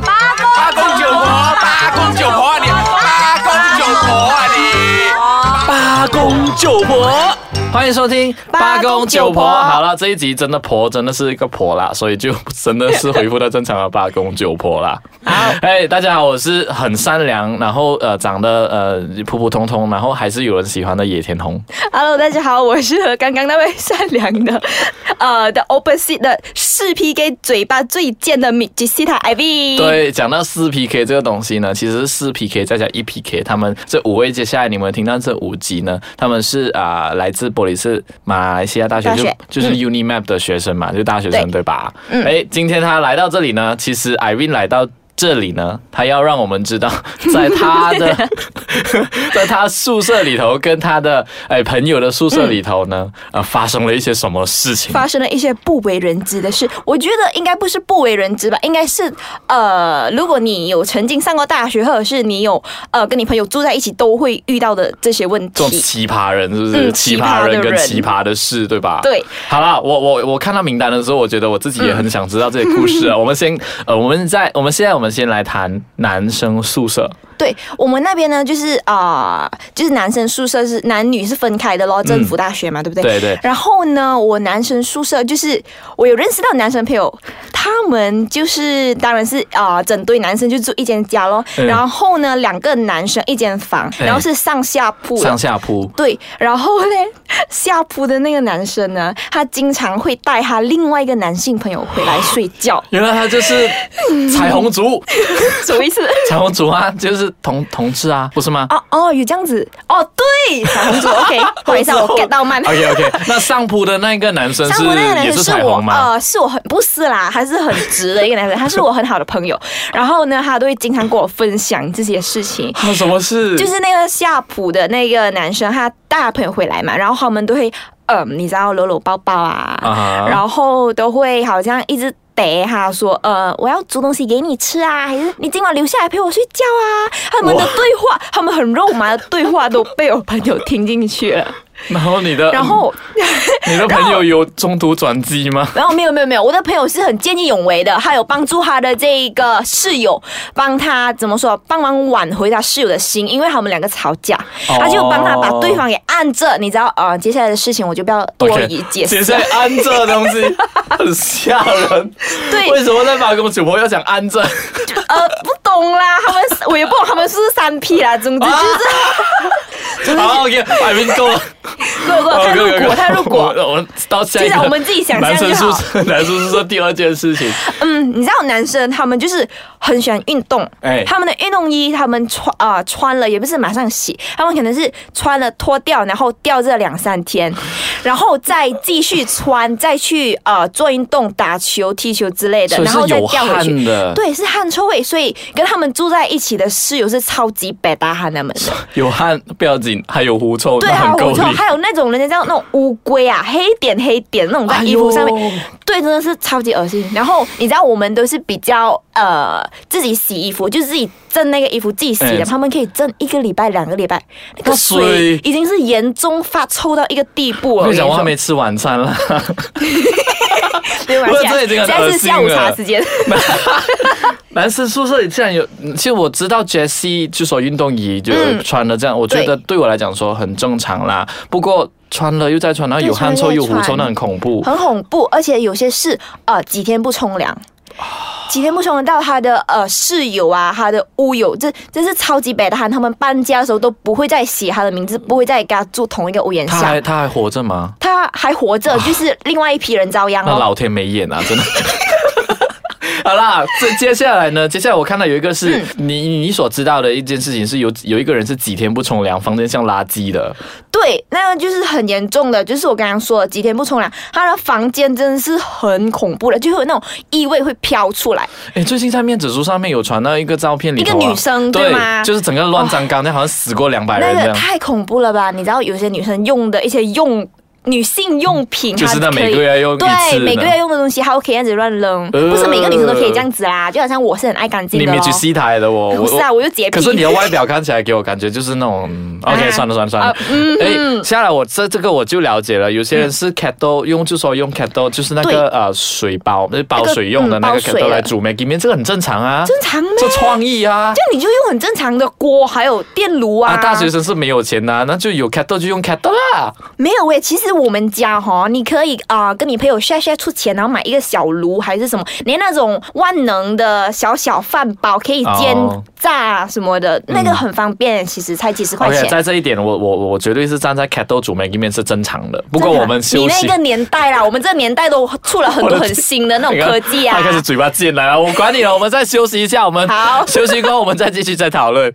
八公九婆，八公九婆啊你，八公九婆啊你，八公九婆。欢迎收听八公九婆好了，这一集真的婆真的是一个婆啦，所以就真的是恢复到正常的八公九婆啦。哎，大家好，我是很善良，然后呃长得呃普普通通，然后还是有人喜欢的野田红。 Hello，大家好，我是刚刚那位善良的， 呃的 opposite 的视 PK 嘴巴最贱的米吉西塔 IV。， 对，讲到四 PK 这个东西呢，其实是四 PK 再加一 PK，他们这五位接下来你们听到这五集呢，他们是啊、来自伯利斯马来西亚大学，大学嗯就就是 UniMap 的学生嘛，就大学生对吧？哎、今天他来到这里呢，其实 Irene 来到。这里呢，他要让我们知道，在他的 在他宿舍里头，跟他的哎朋友的宿舍里头呢，呃，发生了一些什么事情？嗯发生了一些不为人知的事，我觉得应该不是不为人知吧，应该是呃，如果你有曾经上过大学，或者是你有呃跟你朋友住在一起，都会遇到的这些问这种题。奇葩人是不是？嗯奇奇葩葩人的跟人奇葩的事，对吧？对。好啦，我我我看到名单的时候，我觉得我自己也很想知道这些故事嗯啊。我们先，呃，我们在我们现在我们先来谈男生宿舍，对我们那边呢，就是啊、呃就是男生宿舍是男女是分开的咯，政府大学嘛，对不对？嗯对对然后呢，我男生宿舍就是我有认识到男生朋友，他们就是当然是啊、呃整堆男生就住一间家咯。嗯然后呢，两个男生一间房，哎然后是上下铺的。上下铺。，对，然后呢，下铺的那个男生呢，他经常会带他另外一个男性朋友回来睡觉原来他就是彩虹族，什么 意思？彩虹族啊，就是同同志啊，不是吗？哦哦，有这样子哦，对，小红主，OK，不好意思啊，我 get 到慢。 OK OK，那上铺的那个男生上是我那个男也生是是彩我虹吗？呃，是我很不是啦，还是很直的一个男生，他是我很好的朋友。 然后呢，他都会经常跟我分享这些事情。啊，什么事？就是那个下铺的那个男生，他带他朋友回来嘛，然后他们都会，嗯、你知道搂搂抱抱啊啊哈然后都会好像一直。逮他说，呃，我要煮东西给你吃啊，还是你今晚留下来陪我睡觉啊？他们的哇对话，他们很肉麻的对话都被我朋友听进去 了。然后你的，然后，你的朋友有中途转机吗？然后没有没有没有，我的朋友是很见义勇为的，他有帮助他的这个室友，帮他怎么说，帮忙挽回他室友的心，因为他们两个吵架，哦他就帮他把对方给按着，你知道，呃，接下来的事情我就不要多 OK，以解释。现在安这东西 很吓人，对为什么在八公主婆要讲安这？呃，不懂啦，他们是我也不懂他们是不是三 P 啦，总之就是好，OK，海 边够了，各个哦看够入了够果，了看入果。我我们到下一接个，下来我们自己想象男生就宿好舍， 男生宿舍第二件事情，嗯，你知道男生他们就是很喜欢运动，哎他们的运动衣他们穿啊、穿了也不是马上洗，他们可能是穿了脱掉，然后吊这两三天，然后再继续穿，再去呃做运动、打球、踢球之类的，所以然后是再有吊回汗去。的，对，是汗臭味，所以跟他们住在一起的室友是超级百搭汗他们的。有汗不要紧，还有狐臭，对，那还有很够狐臭，力。还有那种人家叫那种乌龟啊，黑点黑点那种在衣服上哎面，对，真的是超级恶心。然后你知道我们都是比较呃自己洗衣服，就自己蒸那个衣服自己洗的，嗯他们可以蒸一个礼拜、两个礼拜，那那个水水已经是严重发臭到一个地步了。我跟你讲，我我还跟你没吃晚餐 啦。说没关我系啊，这已经很现在恶是心下午了茶时间。男生宿舍里竟然有，其实我知道 Jessie 就说运动衣就嗯穿了这样，我觉得对我来讲说很正常啦。不过穿了又再穿，然后有对穿汗了臭又又狐臭，穿那很恐怖。很恐怖，而且有些是呃几天不冲凉，几天不冲凉到他的呃室友啊，他的屋友，这这是超级北的汗，他们搬家的时候都不会再写他的名字，不会再跟他住同一个屋檐他还下。他还活着吗？他还活着，就是另外一批人遭殃那哦。老天没眼啊，真的。 好啦，这接下来呢？接下来我看到有一个是、嗯你你所知道的一件事情，是有有一个人是几天不冲凉，房间像垃圾的。对，那个就是很严重的，就是我刚刚说的几天不冲凉，他的房间真的是很恐怖的，就会有那种异味会飘出来。哎，最近在面子书上面有传到一个照片里头啊、一个女生对对吗就是整个乱脏脏，那好像死过两百人那这个样。太恐怖了吧？你知道有些女生用的一些用女性用品，就是它那每个可以月用一次对呢每个月哦用的东西，它可以这样子乱扔，呃不是每个女生都可以这样子啦。就好像我是很爱干净你的没咯去，戏台的哦我，不是啊，我就洁癖。可是你的外表看起来给我感觉就是那 种嗯，OK，啊算了算了算了啊，嗯哎，下来我这这个我就了解了，有些人是 kettle 用就说用 kettle 就是那个对呃水煲，就是煲那个水用的嗯那个煲水 kettle 来的煮 Maggie 面，这个很正常啊，正常吗？这创意啊。那你就用很正常的锅，还有电炉啊。啊，大学生是没有钱呐、啊那就有 kettle 就用 kettle 啦。没有诶，其实我们家哈，你可以啊、呃跟你朋友 share share 出钱，然后买一个小炉还是什么，连那种万能的小小饭煲可以煎哦嗯炸什么的，那个很方便，其实才几十块 OK，钱。在这一点我我我绝对是站在 kettle 煮 Maggie 面是正常的，不过我们啊你休那息。个年代啦，我们这个年代都出了很我的多天很新的那种你看科技啊 他。开始嘴巴贱来了，我管你了，我们再休息一下，我们好 休息过后我们再继续再讨论。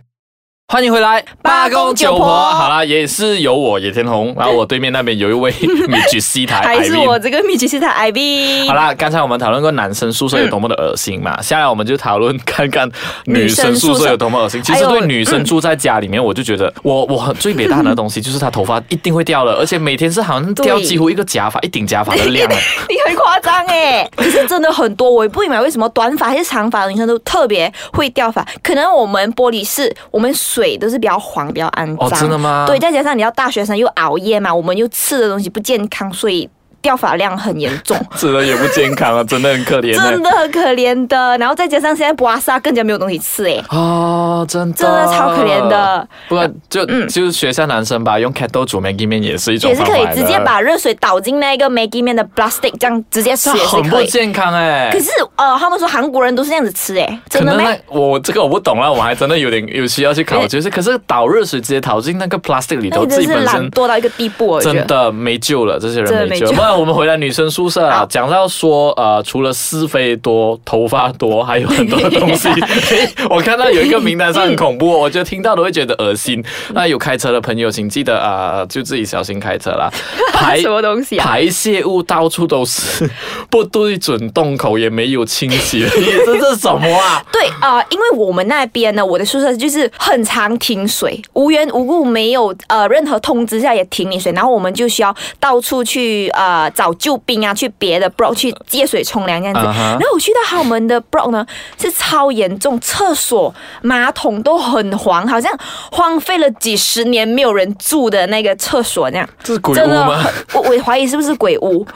欢迎回来，八公九婆好啦，也是有我野天红，然后我对面那边有一位米菊西台， 还是 Irene 我这个米奇斯塔 IB。好啦，刚才我们讨论过男生宿舍有多么的恶心嗯嘛，下来我们就讨论看看女生宿舍有多么恶心。其生实宿舍哎嗯对女生住在家里面，我就觉得我我很最北大的东西就是她头发一定会掉了，而且每天是好像掉对几乎一个假发一顶假发的 量。啊你很夸张哎！可是真的很多，我也不明白为什么短发还是长发的女生都特别会掉发。可能我们玻璃室，我们水都是比较黄、比较肮脏。哦真的吗对，再加上你要大学生又熬夜嘛，我们又吃的东西不健康，所以掉发量很严 重。吃的也不健康啊，真的很可怜呢、真的很可怜的，然后再加上现在布拉萨更加没有东西吃哎，哦，真的，真的超可怜的。嗯不然就、就是学校男生吧，用 kettle 煮 Maggi 面也是一种也是方法可来以的直接把热水倒进那个 Maggie 面的 plastic，这样直接吃这也是很不可以。健康哎、可是呃，他们说韩国人都是这样子吃哎，可真的能吗？那我这个我不懂了，我还真的有点有需要去考究。就是可是倒热水直接倒进那个 plastic 里那头，你自真己是本懒身惰到一个地步，我觉真得。的没救了，这些真的人没没救。救不然我们回来女生宿舍啊好，讲到说呃，除了是非多、头发多，还有很多的东 西。嘿我看到有一个名单上很恐怖哦，我觉得听到都会觉得恶心。嗯那有开车的朋友，请记得啊、呃就自己小心开车 啦。排 什么东西啊排泄物到处都是，不对准洞口也没有清洗 的意思，这是什么啊？对啊、呃因为我们那边呢，我的宿舍就是很常停水，无缘无故没有呃任何通知下也停你水，然后我们就需要到处去呃找救兵啊，去别的 block 去借水冲凉这样子。啊哈然后我去到他们的 block 呢，是超严重，厕所马桶都很黄，好像荒废了几十年没有人住的那个厕所那样。 这是鬼真屋的吗？很， 我我怀疑是不是鬼屋，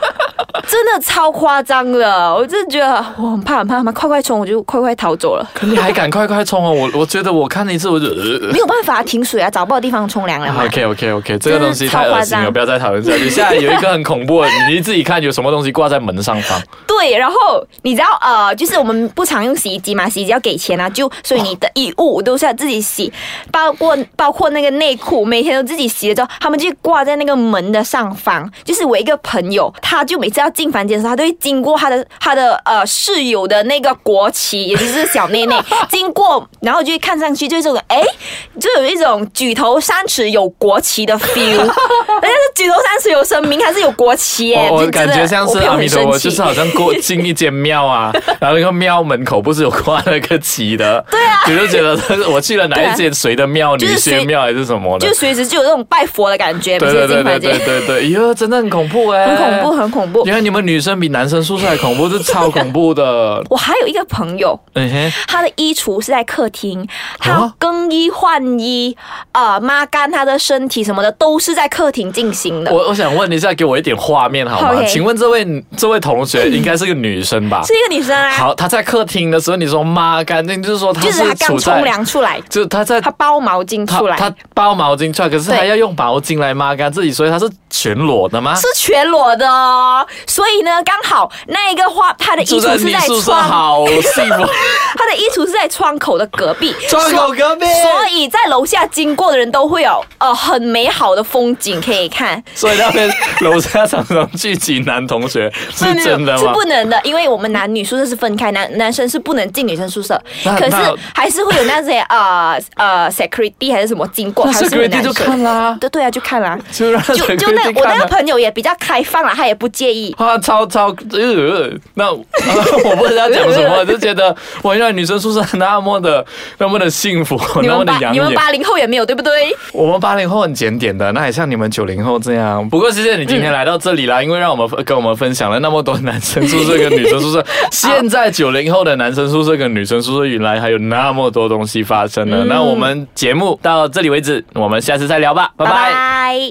真的超夸张的，我真的觉得我很怕很怕很怕，快快冲，我就快快逃走了，可你还敢快快冲哦！我我觉得我看一次我就。呃没有办法停水啊，找不到地方冲凉了嘛。啊 OK OK OK，这个东西太恶心啊真的超夸了，张不要再讨论下去。现在有一个很恐怖的，你自己看有什么东西挂在门上方， 对，然后你知道呃，就是我们不常用洗衣机嘛，洗衣机要给钱啊，就所以你的衣物都是要自己洗，包括包括那个内裤，每天都自己洗了之后，他们就挂在那个门的上方。就是我一个朋友，他就每次要进房间的时候，他都会经过他的他的呃室友的那个国旗，也就是小 内内经过，然后就会看上去就是这种哎，就有一种举头三尺有国旗的 feel，人家 是举头三尺有神明，还是有国旗耶、哦我我就感真的觉像我是朋友阿弥很陀生佛，气就是好像过进一间庙啊，然后那个庙门口不是有挂那个旗 的，对啊，你就觉得我去了哪一间谁的庙，女就是谁仙庙还是什么的啊就，随时就有那种拜佛的感觉，每对对次进对对房间对对 对，哟，真的很恐怖哎，很恐怖，很恐怖。。原来你们女生比男生宿舍还恐怖，这超恐怖的 我还有一个朋友，嗯哼，他的衣橱是在客厅，啊他更衣换衣、呃抹干他的身体什么的，都是在客厅进行的。我我想问一下，给我一点画面好吗 OK 请问这位这位同学应该是个女生吧？是一个女生啊，好，她在客厅的时候，你说妈干净，就是说她 就是处他刚在冲，凉出来，就她在他包毛巾她出来，她包毛巾出来，可是对她要用毛巾来抹干自己，所以她是全裸的吗？是全裸的哦。所以呢，刚好那一个花，他的衣住橱在是你在宿舍窗，好幸 福，他的衣橱是在窗口的隔壁，窗口所隔壁。所以在楼下经过的人都会有呃很美好的风景可以看。所以那边楼下常常聚集男同学，是没有没有真的是吗？不能的，因为我们男女宿舍是分开，男男生是不能进女生宿舍，那可那是还是会有那些呃呃 security 还是什么经过，那还是会 security 有男就生看啦，对对啊，就看啦。就让就 security 就那我那看个啦朋友也比较开放啦，他也不介意，哇，超超，呃、那 我不知道讲什么，就觉得我原来女生宿舍那么的那么的幸福，你哦那么们的八养你们眼。八零后也没有对不对？我们八零后很检点的，那也像你们九零后这样。不过谢谢你今天来到这里啦，因为让我们分跟我们分享了那么多男生宿舍跟女生宿舍。现在九零后的男生宿舍跟女生宿舍原来还有那么多东西发生呢。那我们节目到这里为止，我们下次再聊吧，拜拜拜